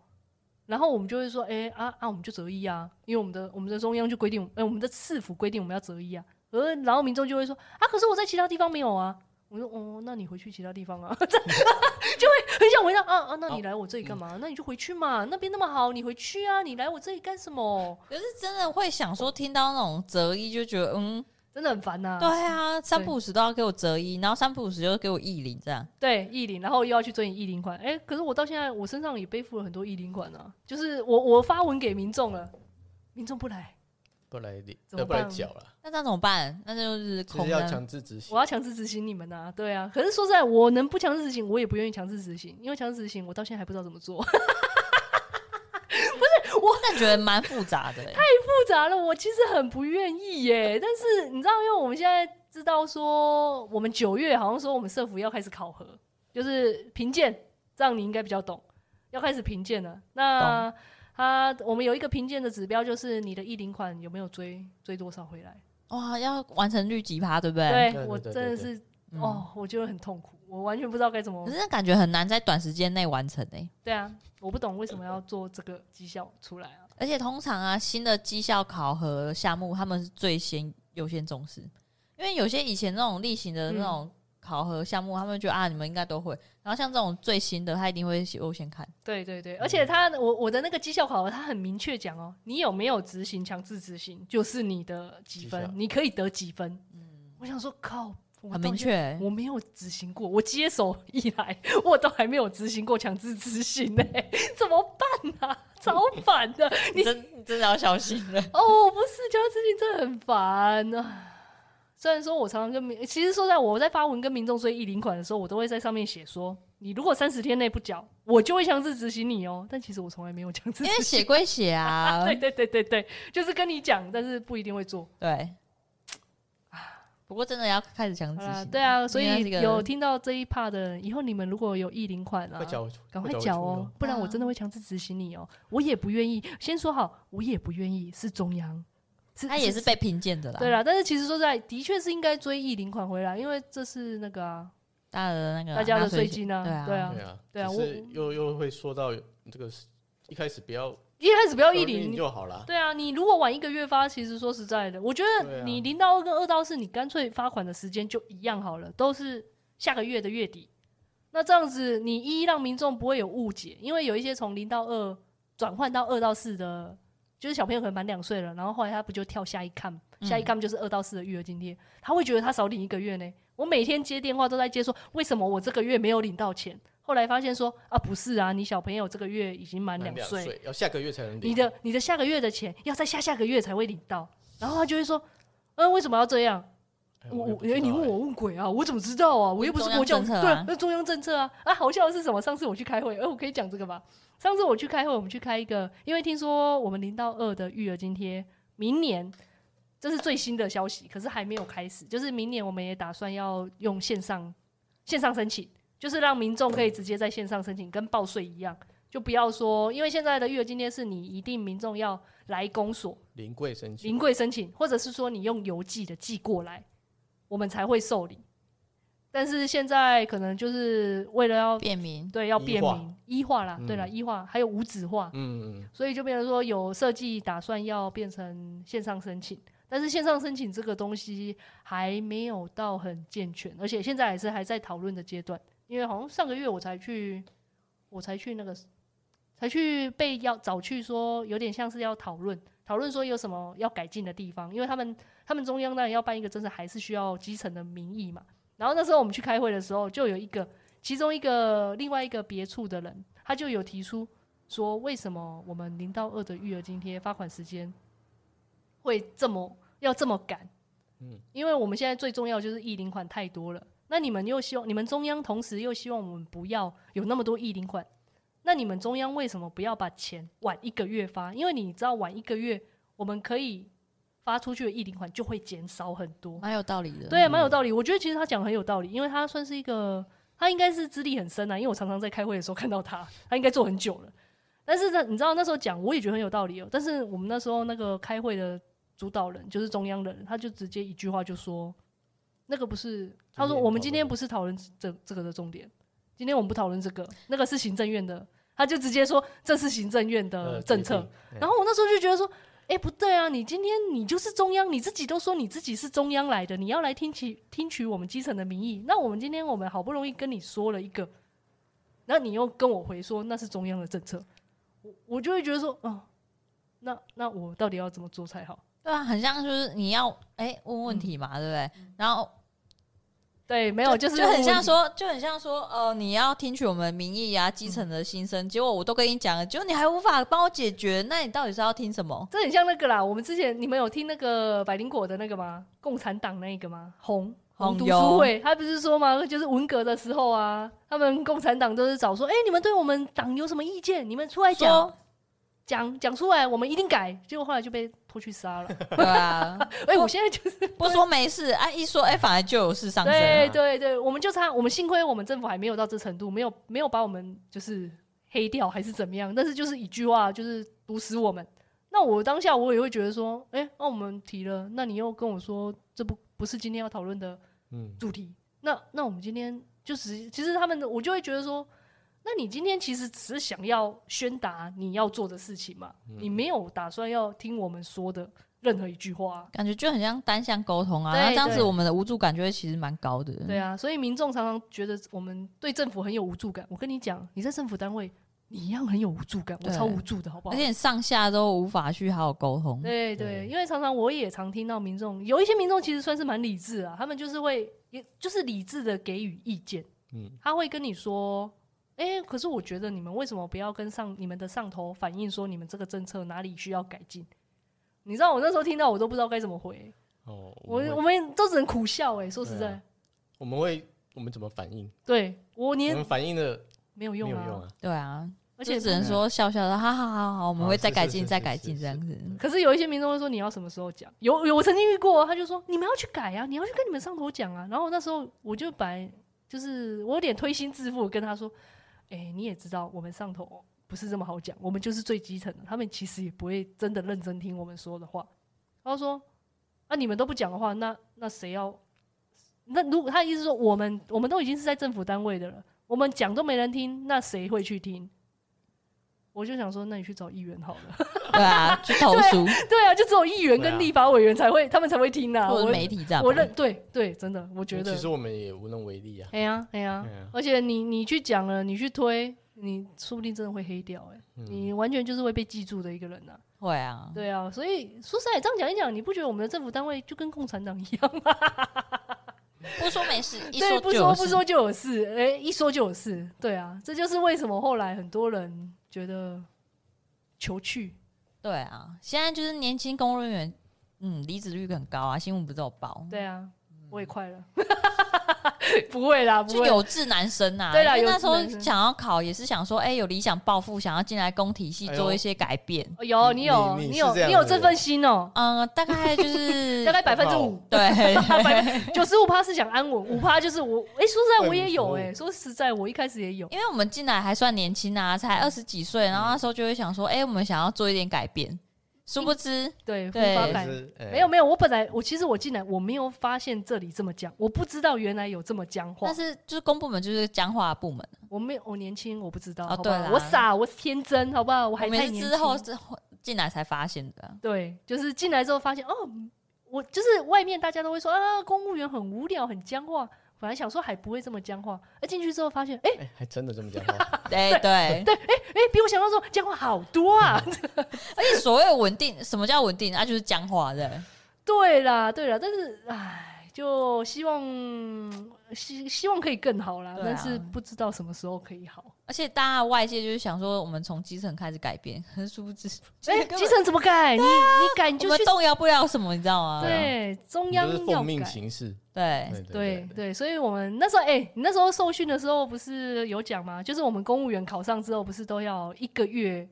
然后我们就会说，哎、啊啊，我们就择一啊，因为我们的我们的中央就规定，哎、我们的市府规定我们要择一啊。而然后民众就会说，啊，可是我在其他地方没有啊。我说，哦，那你回去其他地方啊， 就会很想回答，啊啊，那你来我这里干嘛？那你就回去嘛，那边那么好，你回去啊，你来我这里干什么？可是真的会想说，听到那种择一就觉得，嗯，真的很烦呐、对嗯啊，三不五时都要给我择一，然后三不五时就给我意林这样。对，意林，然后又要去追你意林款。哎、可是我到现在我身上也背负了很多意林款啊，就是我我发文给民众了，民众不来，不来领，怎么要不来办缴了，那这样怎么办？那就是就是空要单。强制执行我。要强制执行你们呐、对啊，可是说实在，我能不强制执行，我也不愿意强制执行，因为强制执行我到现在还不知道怎么做，太但觉得蛮复杂的、欸，复杂了，我其实很不愿意耶。 但是你知道，因为我们现在知道说，我们九月好像说我们社服要开始考核，就是评鉴，这样你应该比较懂，要开始评鉴了。那它我们有一个评鉴的指标，就是你的一零款有没有追追多少回来？哇，要完成率几趴，对不对？对对我对真对的是嗯哦，我觉得很痛苦，我完全不知道该怎么可。是那感觉很难在短时间内完成诶、欸对啊，我不懂为什么要做这个绩效出来啊。而且通常啊，新的绩效考核项目他们是最先优先重视，因为有些以前那种例行的嗯那种考核项目，他们觉得啊，你们应该都会。然后像这种最新的，他一定会优先看。对对嗯对，而且他我我的那个绩效考核，他很明确讲哦，你有没有执行强制执行，就是你的几绩分效，你可以得几分。我想说靠，我嗯很到明现在确、欸我没有执行过，我接手以来，我都还没有执行过强制执行呢、 怎么办啊？ 超烦的！你真你真的要小心了。哦，不是，强制执行真的很烦啊。虽然说我常常跟民，其实说实在我在发文跟民众追一零款的时候，我都会在上面写说，你如果三十天内不缴，我就会强制执行你哦。但其实我从来没有强制 因执为行。写归写 啊，对对对对对，就是跟你讲，但是不一定会做。对。不过真的要开始强制好执啦行。对啊，所因为它是以一个有听到这一 part 的人，以后你们如果有一零款啊快，缴回去，赶快回去缴哦，不然我啊真的会强制执行你哦。我也不愿意，先说好，我也不愿意，是中央，是他也是被评鉴的啊啦。对，啦，但是其实说实在，的确是应该追忆零款回来，因为这是那个啊，大家的那个大家的纳税税金啊，对啊对啊对，啊，对啊只我是又又会说到这个是一开始不要一开始不要不要一领零，就好了。对啊，你如果晚一个月发，其实说实在的，我觉对得啊你零到二跟二到四，你干脆发款的时间就一样好了，都是下个月的月底。那这样子，你一让民众不会有误解，因为有一些从零到二转换到二到四的，就是小朋友可能满两岁了，然后后来他不就跳下一看，嗯下一看就是二到四的育儿津贴，他会觉得他少领一个月呢。我每天接电话都在接说，为什么我这个月没有领到钱？后来发现说啊，不是啊，你小朋友这个月已经满满两两岁，岁要下个月才能领。你的你的下个月的钱要在下下个月才会领到，然后他就会说，嗯，为什么要这样？哎我也我不知哎，道你问我问鬼啊，我怎么知道啊？我又不是国教中央政策啊对啊，那中央政策啊啊！好笑的是什么？上次我去开会，哎、我可以讲这个吧？上次我去开会，我们去开一个，因为听说我们零到二的育儿津贴，明年这是最新的消息，可是还没有开始，就是明年我们也打算要用线上线上申请，就是让民众可以直接在线上申请，跟报税一样，就不要说，因为现在的育儿津贴是你一定民众要来公所临柜申请临，柜申请，或者是说你用邮寄的寄过来，我们才会受理。但是现在可能就是为了要便民，对要医便化民医化啦，嗯对啦，医化还有无纸化，嗯，嗯所以就变成说有设计打算要变成线上申请，但是线上申请这个东西还没有到很健全，而且现在也是还在讨论的阶段，因为好像上个月我才去，我才去那个，才去被要找去说有点像是要讨论讨论说有什么要改进的地方，因为他们他们中央当然要办一个政策，还是需要基层的民意嘛。然后那时候我们去开会的时候，就有一个其中一个另外一个别处的人，他就有提出说，为什么我们零到二的育儿津贴发款时间会这么要这么赶？嗯，因为我们现在最重要就是一零款太多了。那你们又希望你们中央同时又希望我们不要有那么多一零款，那你们中央为什么不要把钱晚一个月发？因为你知道晚一个月，我们可以发出去的一零款就会减少很多。蛮有道理的。嗯对，蛮有道理。我觉得其实他讲得很有道理，因为他算是一个，他应该是资历很深啊，因为我常常在开会的时候看到他，他应该做很久了。但是呢，你知道那时候讲，我也觉得很有道理哦。但是我们那时候那个开会的主导人就是中央的人，他就直接一句话就说：“那个不是，他说我们今天不是讨论这这个的重点，今天我们不讨论这个，那个是行政院的。”他就直接说这是行政院呃的呃政策。然后我那时候就觉得说，哎、不对啊，你今天你就是中央，你自己都说你自己是中央来的，你要来听取听取我们基层的民意。那我们今天我们好不容易跟你说了一个，那你又跟我回说那是中央的政策，我我就会觉得说，嗯、那那我到底要怎么做才好？对啊，很像就是你要哎、问问题嘛，嗯对不对？然后对，没没有，就是就很像我说，就很像说，呃，你要听取我们民意啊，基层的心声。结果我都跟你讲了，结果你还无法帮我解决，那你到底是要听什么？这很像那个啦。我们之前你们有听那个百灵果的那个吗？共产党那个吗？红红红读油书会，他不是说吗？就是文革的时候啊，他们共产党都是找说，哎、你们对我们党有什么意见？你们出来讲说讲讲出来，我们一定改。结果后来就被拖去杀 了。对啊，哎、我现在就是不说没事啊，一说哎、反而就有事上身、对啊。对对，我们就差我们幸亏我们政府还没有到这程度，没有没有把我们就是黑掉还是怎么样，但是就是一句话就是毒死我们。那我当下我也会觉得说，哎、那、我们提了，那你又跟我说这不不是今天要讨论的嗯，主题，那那我们今天就只是其实他们的我就会觉得说，那你今天其实只是想要宣达你要做的事情嘛，嗯你没有打算要听我们说的任何一句话啊、感觉就很像单向沟通啊，对那这样子对我们的无助感就会其实蛮高的。对啊，所以民众常常觉得我们对政府很有无助感。我跟你讲，你在政府单位，你一样很有无助感，我对超无助的，好不好而？且你上下都无法去好好沟通。对对，因为常常我也常听到民众，有一些民众其实算是蛮理智啊，他们就是会，也就是理智的给予意见。嗯他会跟你说，哎、可是我觉得你们为什么不要跟上你们的上头反映说你们这个政策哪里需要改进？你知道我那时候听到我都不知道该怎么回、哦，我我们我会们都只能苦笑哎、说实对在，啊我们会我们怎么反应？对我我连们反应的没有没有用啊，用啊，对啊，而且就只能说笑笑的，哈哈哈好，我们啊会再是改是进，是再是改是进这样子。可是有一些民众会说你要什么时候讲？有有，我曾经遇过，他就说你们要去改啊，你要去跟你们上头讲啊。然后那时候我就本来就是我有点推心置腹，跟他说，哎、你也知道我们上头不是这么好讲，我们就是最基层的，他们其实也不会真的认真听我们说的话。然后说啊，你们都不讲的话，那那谁要？那如果他的意思说我们我们都已经是在政府单位的了，我们讲都没人听，那谁会去听？我就想说，那你去找议员好了。对啊，去投对诉 对啊，就只有议员跟对啊立法委员才会，他们才会听啊。或者我是媒体这样吧。我认对对，真的，我觉其得，实我们也无能为力啊。哎呀哎呀对，啊而且你你去讲了，你去推，你说不定真的会黑掉、哎、嗯你完全就是会被记住的一个人啊。会啊，对啊，所以说实在这样讲一讲，你不觉得我们的政府单位就跟共产党一样吗？不说没事， 一对，说不就说有不事说就有事，哎、一说就有事。对啊，这就是为什么后来很多人觉得求去，对啊，现在就是年轻公务人员，嗯，离职率很高啊，新闻不是有报，对啊，嗯我也快了， 不会啦，不就会有志男生啊。啊对啦因为有那时志候男生想要考，也是想说，哎、有理想抱负，想要进来公体系哎呦做一些改变。哦有你你有你你是有这样你有子这份心哦、嗯、大概就是 大概百分之五，对 九十五趴是想安稳，五趴就是我。哎、说实在我也有为哎、民服务说实在我一开始也有。因为我们进来还算年轻啊，才二十几嗯岁，然后那时候就会想说，哎、我们想要做一点改变，殊不知，对，无对法就改。是哎没有没有，我本来我其实我进来我没有发现这里这么僵，我不知道原来有这么僵化但。是就是公部门就是僵化部门，啊我没有，我年轻我不知道，哦好不对好啦我傻，我天真，好不好？我我还们太是年之后轻。之后进来才发现的 啊。对，就是进来之后发现哦，我就是外面大家都会说啊，公务员很无聊，很僵化。本来想说还不会这么僵化，而进去之后发现，哎、哎，还真的这么讲话，对对，哎、比我想象中僵化好多啊！ 而且所谓的稳定，什么叫稳定？啊，就是僵化的。对啦，对啦，但是唉，就希望希希望可以更好啦、对啊但是不知道什么时候可以好。而且大家外界就是想说，我们从基层开始改变，可是殊不知，哎、根本啊基层怎么改？你你改你我就们啊去动摇不了什么，你知道吗？对中你央都是要奉命改。行事。对对对对，所以我们那时候，哎、你那时候受训的时候不是有讲吗？就是我们公务员考上之后，不是都要一个月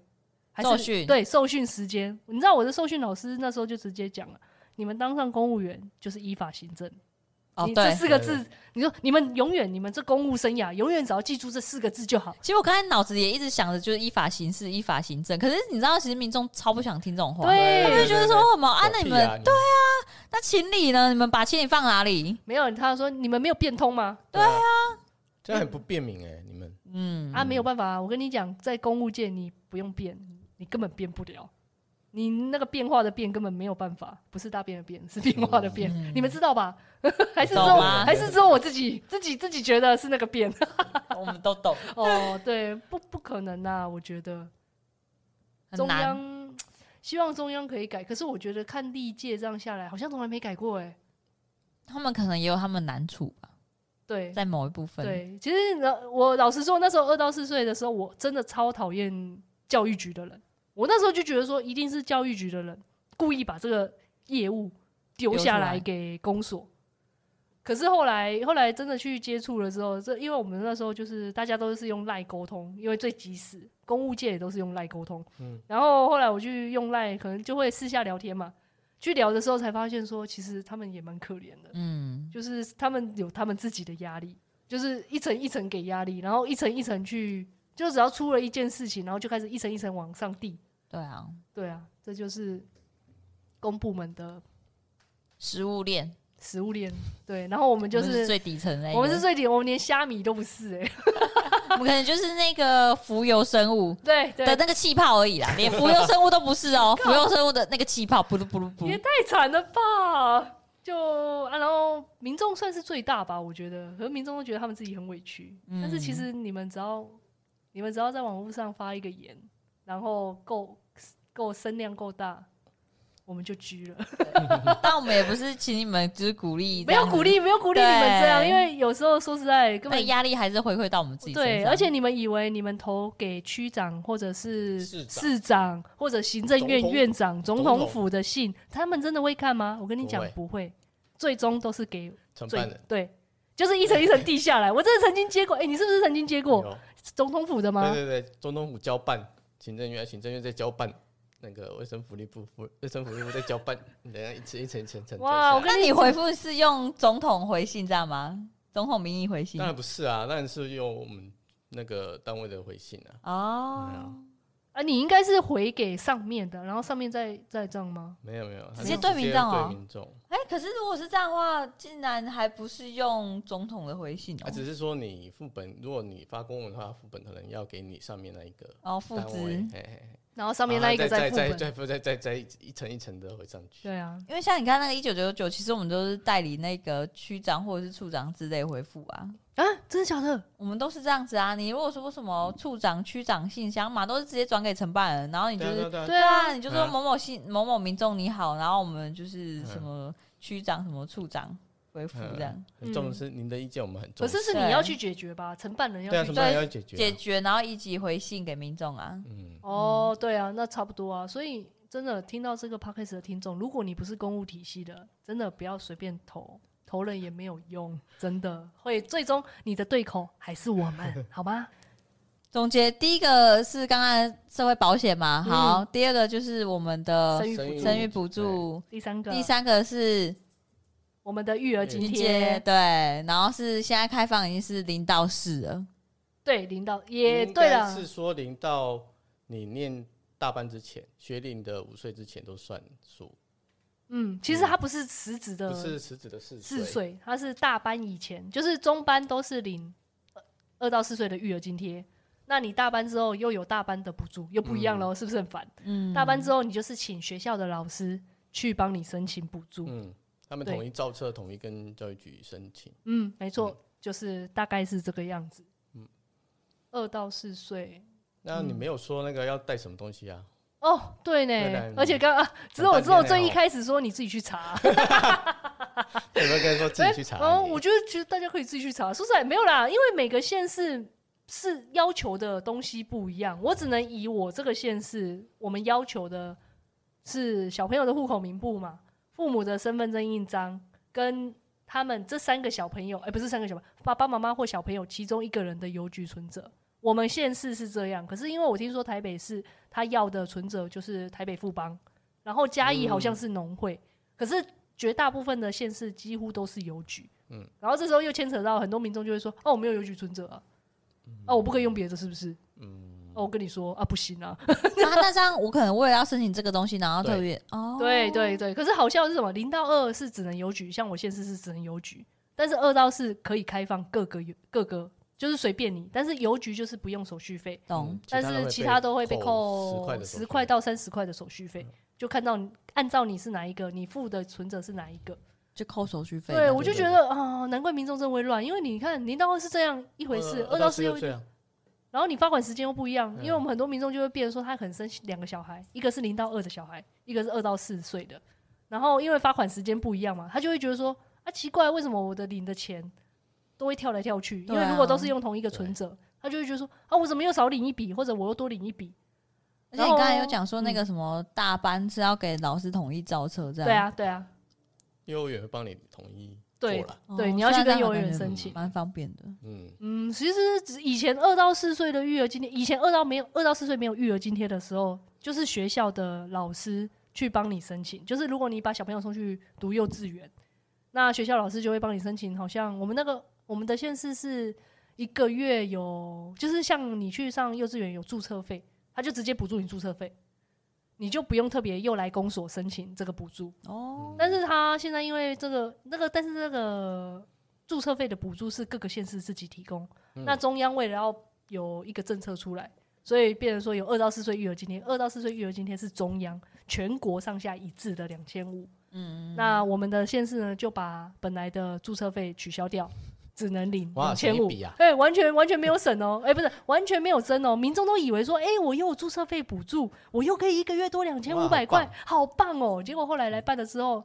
还是受训对，受训时间。你知道我的受训老师那时候就直接讲了，你们当上公务员就是依法行政，哦，你这对，四个字，你说你们永远，你们这公务生涯永远只要记住这四个字就好。其实我刚才脑子也一直想着就是依法行事、依法行政，可是你知道，其实民众超不想听这种话，对他们就觉得说什么啊，那你们对那情理呢？你们把情理放哪里？没有，他说你们没有变通吗？对啊，这样很不便民哎，你们嗯，啊，没有办法、啊，我跟你讲，在公务界你不用变，你根本变不了。你那个变化的变根本没有办法，不是大便的变，是变化的变，嗯你们知道吧？ 还是只懂有啊还是只有我自己自己自己觉得是那个变 我们都 懂，哦， 对，不不可能呐、我觉得很中难。央希望中央可以改，可是我觉得看历届这样下来，好像从来没改过哎、他们可能也有他们难处吧，对在某一部分。，对，其实你知道我老实说，那时候二到四岁的时候，我真的超讨厌教育局的人。我那时候就觉得说，一定是教育局的人故意把这个业务丢丢下出来来给公所。可是后来，后来真的去接触了之后，这因为我们那时候就是大家都是用赖沟通，因为最及时，公务界也都是用赖沟通。嗯然后后来我去用赖，可能就会私下聊天嘛。去聊的时候才发现说，其实他们也蛮可怜的。嗯，就是他们有他们自己的压力，就是一层一层给压力，然后一层一层去，就只要出了一件事情，然后就开始一层一层往上递。对啊，对啊，这就是公部门的食物链食物链。对，然后我们就我们是是最底层的那一个，我们是最顶，我们连虾米都不是哎、我们可能就是那个浮游生物 对的对，那个气泡而已 啦，连浮游生物都不是哦，浮游生物的那个气泡，不噜不噜不也噜，太惨了吧！就啊，然后民众算是最大吧，我觉得，可是民众都觉得他们自己很委屈，但是其嗯实你们只要你们只要在网络上发一个言，然后够够声量够大，我们就狙了。但我们也不是请你们，就是鼓励，没有鼓，励，没有鼓励你们这样，对因为有时候说实在根那本压力还是回馈到我们自己身对，上。而且你们以为你们投给区长或者是市长市长或者行政院总统院长、总总统统府的信，他们真的会看吗？我跟你讲不会不会，最终都是给承最办人对，就是一层一层递下来。我真的曾经接过，哎、你是不是曾经接过有总统府的吗？对对对，总统府交办，行政院，行政院再交办那个卫生福利部，福卫生福利部再交办，等下一层一层一层一层。哇我转下来跟那你你回复是用总统回信这样吗？总统名义回信当然不是啊，当然是用我们那个单位的回信啊。对哦啊，啊，你应该是回给上面的，然后上面再再这样吗？没有没有，直接他是对民众哦对民众，哎，可是如果是这样的话，竟然还不是用总统的回信他啊哦，只是说你副本，如果你发公文的话，副本可能要给你上面那一个哦，复单位职，。嘿嘿嘿然后上面那一个然后再啊再副再本。再再再再一层一层的回上去。对啊，因为像你看那个一九九九，其实我们都是代理那个区长或者是处长之类回复啊，啊，真的假的？我们都是这样子啊。你如果说什嗯么处长、区长信箱嘛，都是直接转给承办人，然后你就对啊对啊是对啊，对啊啊，，你就说某某信某某民众你好，然后我们就是嗯什么区长、什么处长回复这样很重视您的意见，我们很重嗯可视。是是你要去解决吧，承办人要对啊，什去解决。么要解决啊？解决，然后以及回信给民众啊。嗯，哦，对啊，那差不多啊。所以真的听到这个 podcast 的听众，如果你不是公务体系的，真的不要随便投，投了也没有用，真的会最终你的对口还是我 们，好吗？总结第一个是刚刚社会保险嘛，嗯好，第二个就是我们的生育补育助生育补助，第三个，第三个是我们的育儿津津贴，贴，对，然后是现在开放已经是零到四了，对，领导也应对该了，是说零到你念大班之前，学龄的五岁之前都算数，嗯，其实它不是实质的不是实质的四四岁。岁，它是大班以前，就是中班都是领呃二到四岁的育儿津贴。那你大班之后又有大班的补助，又不一样喽，是不是很烦？嗯，大班之后，你就是请学校的老师去帮你申请补助。嗯，他们对统一造册，统一跟教育局申请。嗯，没错嗯，就是大概是这个样子。二到四岁。那你没有说那个要带什么东西啊？哦，对对呢的，而且刚啊，只有很只有半天呢最一哦开始说你自己去查，有没有跟他说自己去查？哦，我觉得其实大家可以自己去查。说实在没有啦，因为每个县市是要求的东西不一样，我只能以我这个县市我们要求的是小朋友的户口名簿嘛，父母的身份证印章跟。他们这三个小朋友，哎、不是三个小朋友，爸爸妈妈或小朋友其中一个人的邮局存折，我们县市是这样。可是因为我听说台北市嗯他要的存折就是台北富邦，然后嘉义好像是农会，可是绝大部分的县市几乎都是邮局，嗯，然后这时候又牵扯到很多民众就会说，哦，我没有邮局存折啊，啊，我不可以用别的，是不是？嗯，哦，我跟你说啊，不行啊， 啊，那这样我可能为了要申请这个东西，然后特对别 哦，对对对，可是好笑的是什么？零到二是只能邮局，像我现市是只能邮局，但是二到四可以开放各个邮各个，就是随便你，但是邮局就是不用手续费，懂。嗯但是其他都会被扣扣10块的手续十块到三十块的手续费，就看到你按照你是哪一个，你付的存折是哪一个。就扣手续费。对，我就对觉得啊、难怪民众真会乱，因为你看零到二是这样一回呃事，二到四又这样，然后你发管时间又不一样，因为嗯我们很多民众就会变成说，他可能生两个小孩，一个是零到二的小孩，一个是二到四岁的。然后因为发款时间不一样嘛，他就会觉得说啊，奇怪，为什么我的领的钱都会跳来跳去？因对为啊如果都是用同一个存折，他就会觉得说啊，我怎么又少领一笔，或者我又多领一笔？而且你刚才有讲嗯说那个什么大班是要给老师统一造册这样，对，啊，对啊，幼儿园会帮你统一对做啦哦对，你要去跟幼儿园虽然这样感觉申请。蛮方便的。嗯，嗯，其实只以前二到四岁的育儿津贴，以前二到没有二到四岁没有育儿津贴的时候，就是学校的老师去帮你申请。就是如果你把小朋友送去读幼稚园，那学校老师就会帮你申请。好像我们那个我们的县市是一个月有，就是像你去上幼稚园有注册费，他就直接补助你注册费，你就不用特别又来公所申请这个补助。哦，但是他现在因为这个那个，但是这个注册费的补助是各个县市自己提供，嗯那中央为了要有一个政策出来，所以变成说有二到四岁育儿津贴，二到四岁育儿津贴是中央全国上下一致的两千五。嗯，那我们的县市呢，就把本来的注册费取消掉，只能领哇两千省一五笔啊。对，完全完全没有省哦，哎、不是完全没有增哦，民众都以为说，哎、我又有注册费补助，我又可以一个月多两千五百块，好棒哦。结果后来来办了之后，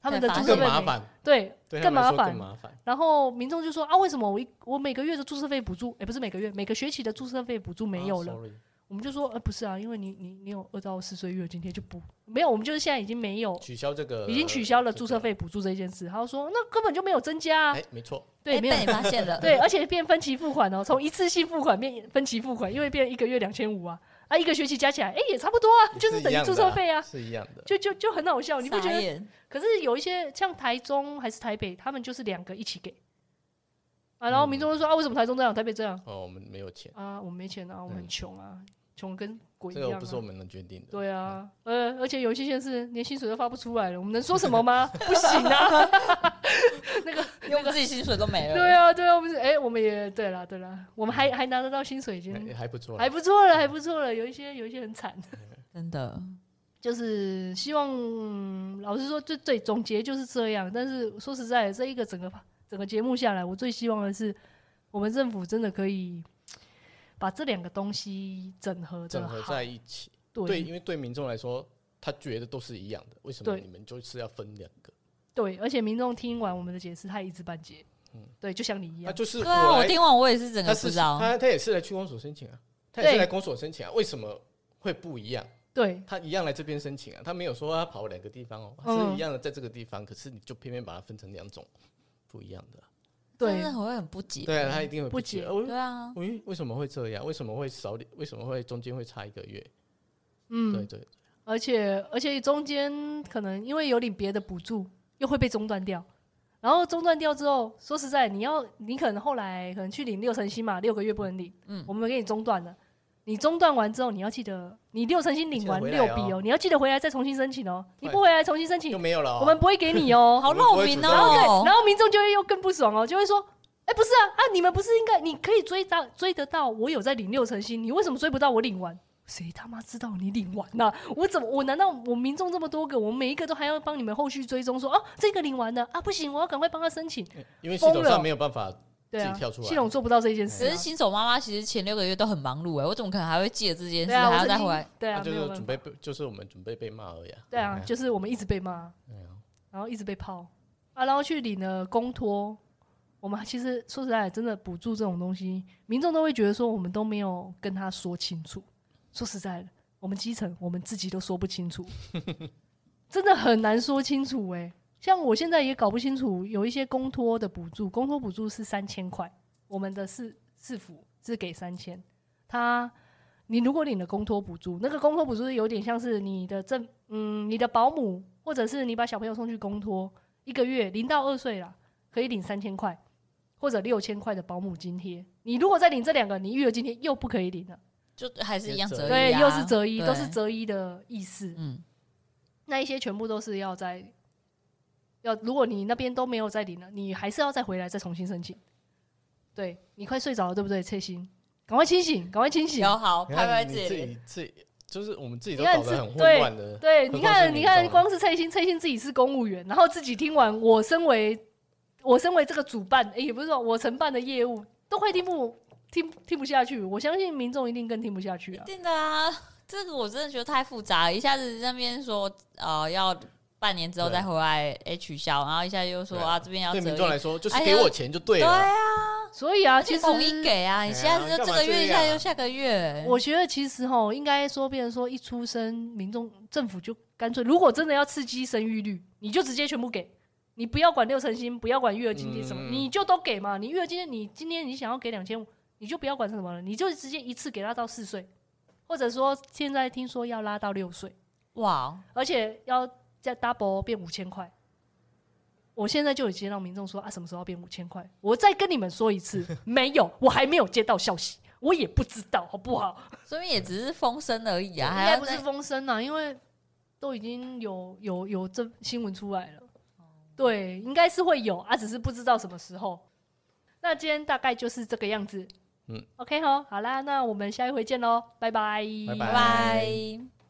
他们的再注发册更费麻啊没烦，对对他更们来说麻更烦。麻烦，然后民众就说啊，为什么我一我每个月的注册费补助，哎、不是每个月，每个学期的注册费补助没有了啊。，sorry 我们就说，呃，不是啊，因为你你你有二到四岁月津贴就不没有，我们就是现在已经没有，取消这个，已经取消了注册费补助这件事。他就说，那根本就没有增加、这个，，啊哎，哎没错，对，哎没有被你发现 了，对，而且变分期付款哦，从一次性付款变分期付款，因为变一个月两千五啊，啊，一个学期加起来，哎、也差不多啊， 就是等一于样注的册费啊，是一样的，就就就很好笑，啊你不觉傻得？ 眼可是有一些像台中还是台北，他们就是两个一起给啊，嗯然后民众就说、啊，为什么台中这样，台北这样哦，我们没有钱，啊？我们没钱啊，我们很嗯穷啊，穷、跟鬼一这样、个啊。不是我嗯们能决定的，对啊，呃，而且有一些县市连薪水都发不出来了，我们能说什 么吗？不行啊！用自己薪水都没了。对啊，对啊，我们是哎、我们也对啦，对啦，我们还还拿得到薪水，已经还还不错啦，还不错了，还不错了。有一些有一些很惨，真的，就是希望、嗯老实说，最最总结就是这样。但是说实在的，这一个整个整个节目下来，我最希望的是，我们政府真的可以把这两个东西整合整的合好，在一起，对，对因为对民众来说，他觉得都是一样的，为什么对你们就是要分两个？对，而且民众听完我们的解释，他也一知半解。对，就像你一那样，嗯就是对啊，我来听完我也是整他个不是知道。他他也是来去公所申请啊，他也对是来公所申请啊，为什么会不一样？对，他一样来这边申请啊，他没有说他跑两个地方哦，嗯是一样的在这个地方，可是你就偏偏把它分成两种不一样的啊，对真的我会很不解。对啊，他一定会不解解。哦对啊，为为什么会这样？为什么会少点？为什么会中间会差一个月？对嗯，对，而且而且中间可能因为有领别的补助，又会被中断掉。然后中断掉之后，说实在，你要你可能后来可能去领六成新嘛，六个月不能领，嗯我们给你中断了。你中断完之后，你要记得，你六成新领完记得六回来哦笔哦，你要记得回来再重新申请哦。你对不回来重新申又请，没有了哦。我们不会给你 哦。好我露们名不会主动哦。然后民众就会又更不爽哦，就会说：“哎、不是啊，啊，你们不是应该你可以追到追得到我有在领六成新，你为什么追不到我领完？谁他妈知道你领完了、我怎么我难道我民众这么多个，我每一个都还要帮你们后续追踪说哦、这个领完了啊，不行，我要赶快帮他申请。嗯因为系统疯了上没有办法，对啊自己跳出，来系统做不到这件事、只啊是。新手妈妈其实前六个月都很忙碌哎，我怎么可能还会记得这件事，对啊，还我要再曾经回来？对啊那，就没有是办准法。备被，就是我们准备被骂而已啊。对啊，就是我们一直被骂，然后一直被泡啊，然后去领了公托。我们其实说实在，真的补助这种东西，民众都会觉得说我们都没有跟他说清楚。说实在的，我们基层我们自己都说不清楚，真的很难说清楚哎、像我现在也搞不清楚，有一些公托的补助，公托补助是三千块，我们的市市府是给三千，他你如果领了公托补助，那个公托补助是有点像是你的政嗯，你的保姆或者是你把小朋友送去公托，一个月零到二岁啦，可以领三千块或者六千块的保姆津贴。你如果再领这两个，你育儿津贴又不可以领了，就还是一样折折一、啊，对，又是折一，对都是折一的意思。嗯，那一些全部都是要在要，如果你那边都没有再领了，你还是要再回来再重新申请。对你快睡着了，对不对？翠心，赶快清醒，赶快清 醒。有好你拍拍看自你己自的脸，己自己就是我们自己都你看搞得是很混对乱的，对，何你况是看，民你看，众光是蔡欣，蔡欣自己是公务员，然后自己听完，我身为我身为这个主办，诶也不是说我承办的业务，都快听不听听不下去。我相信民众一定更听不下去啊一。定的啊，这个我真的觉得太复杂了，一下子那边说呃要半年之后对再回来哎取消，然后一下又说对啊这边要对折民众一，来说就是哎给呀我钱就对对了，啊，所以啊，其其实统一实给啊，你哎呀现在就干这嘛个这月，一下样就下个月，我觉得其实哈，应该说，变成说一出生，民众政府就干脆，如果真的要刺激生育率，你就直接全部给。你不要管六成新，不要管育儿津贴什么，嗯你就都给嘛。你育儿津贴，你今天你想要给两千五，你就不要管什么了，你就直接一次给他到四岁，或者说现在听说要拉到六岁，哇，哦而且要加 double 变五千块。我现在就已经让民众说啊，什么时候要变五千块？我再跟你们说一次， 没有，我还没有接到消息，我也不知道，好不好？说明也只是风声而已啊，应还该要不是再风声啦，因为都已经有有有这新闻出来了，哦对，应该是会有啊，只是不知道什么时候。那今天大概就是这个样子，嗯嗯，OK 哈，好啦，那我们下一回见喽，拜拜，拜拜拜拜。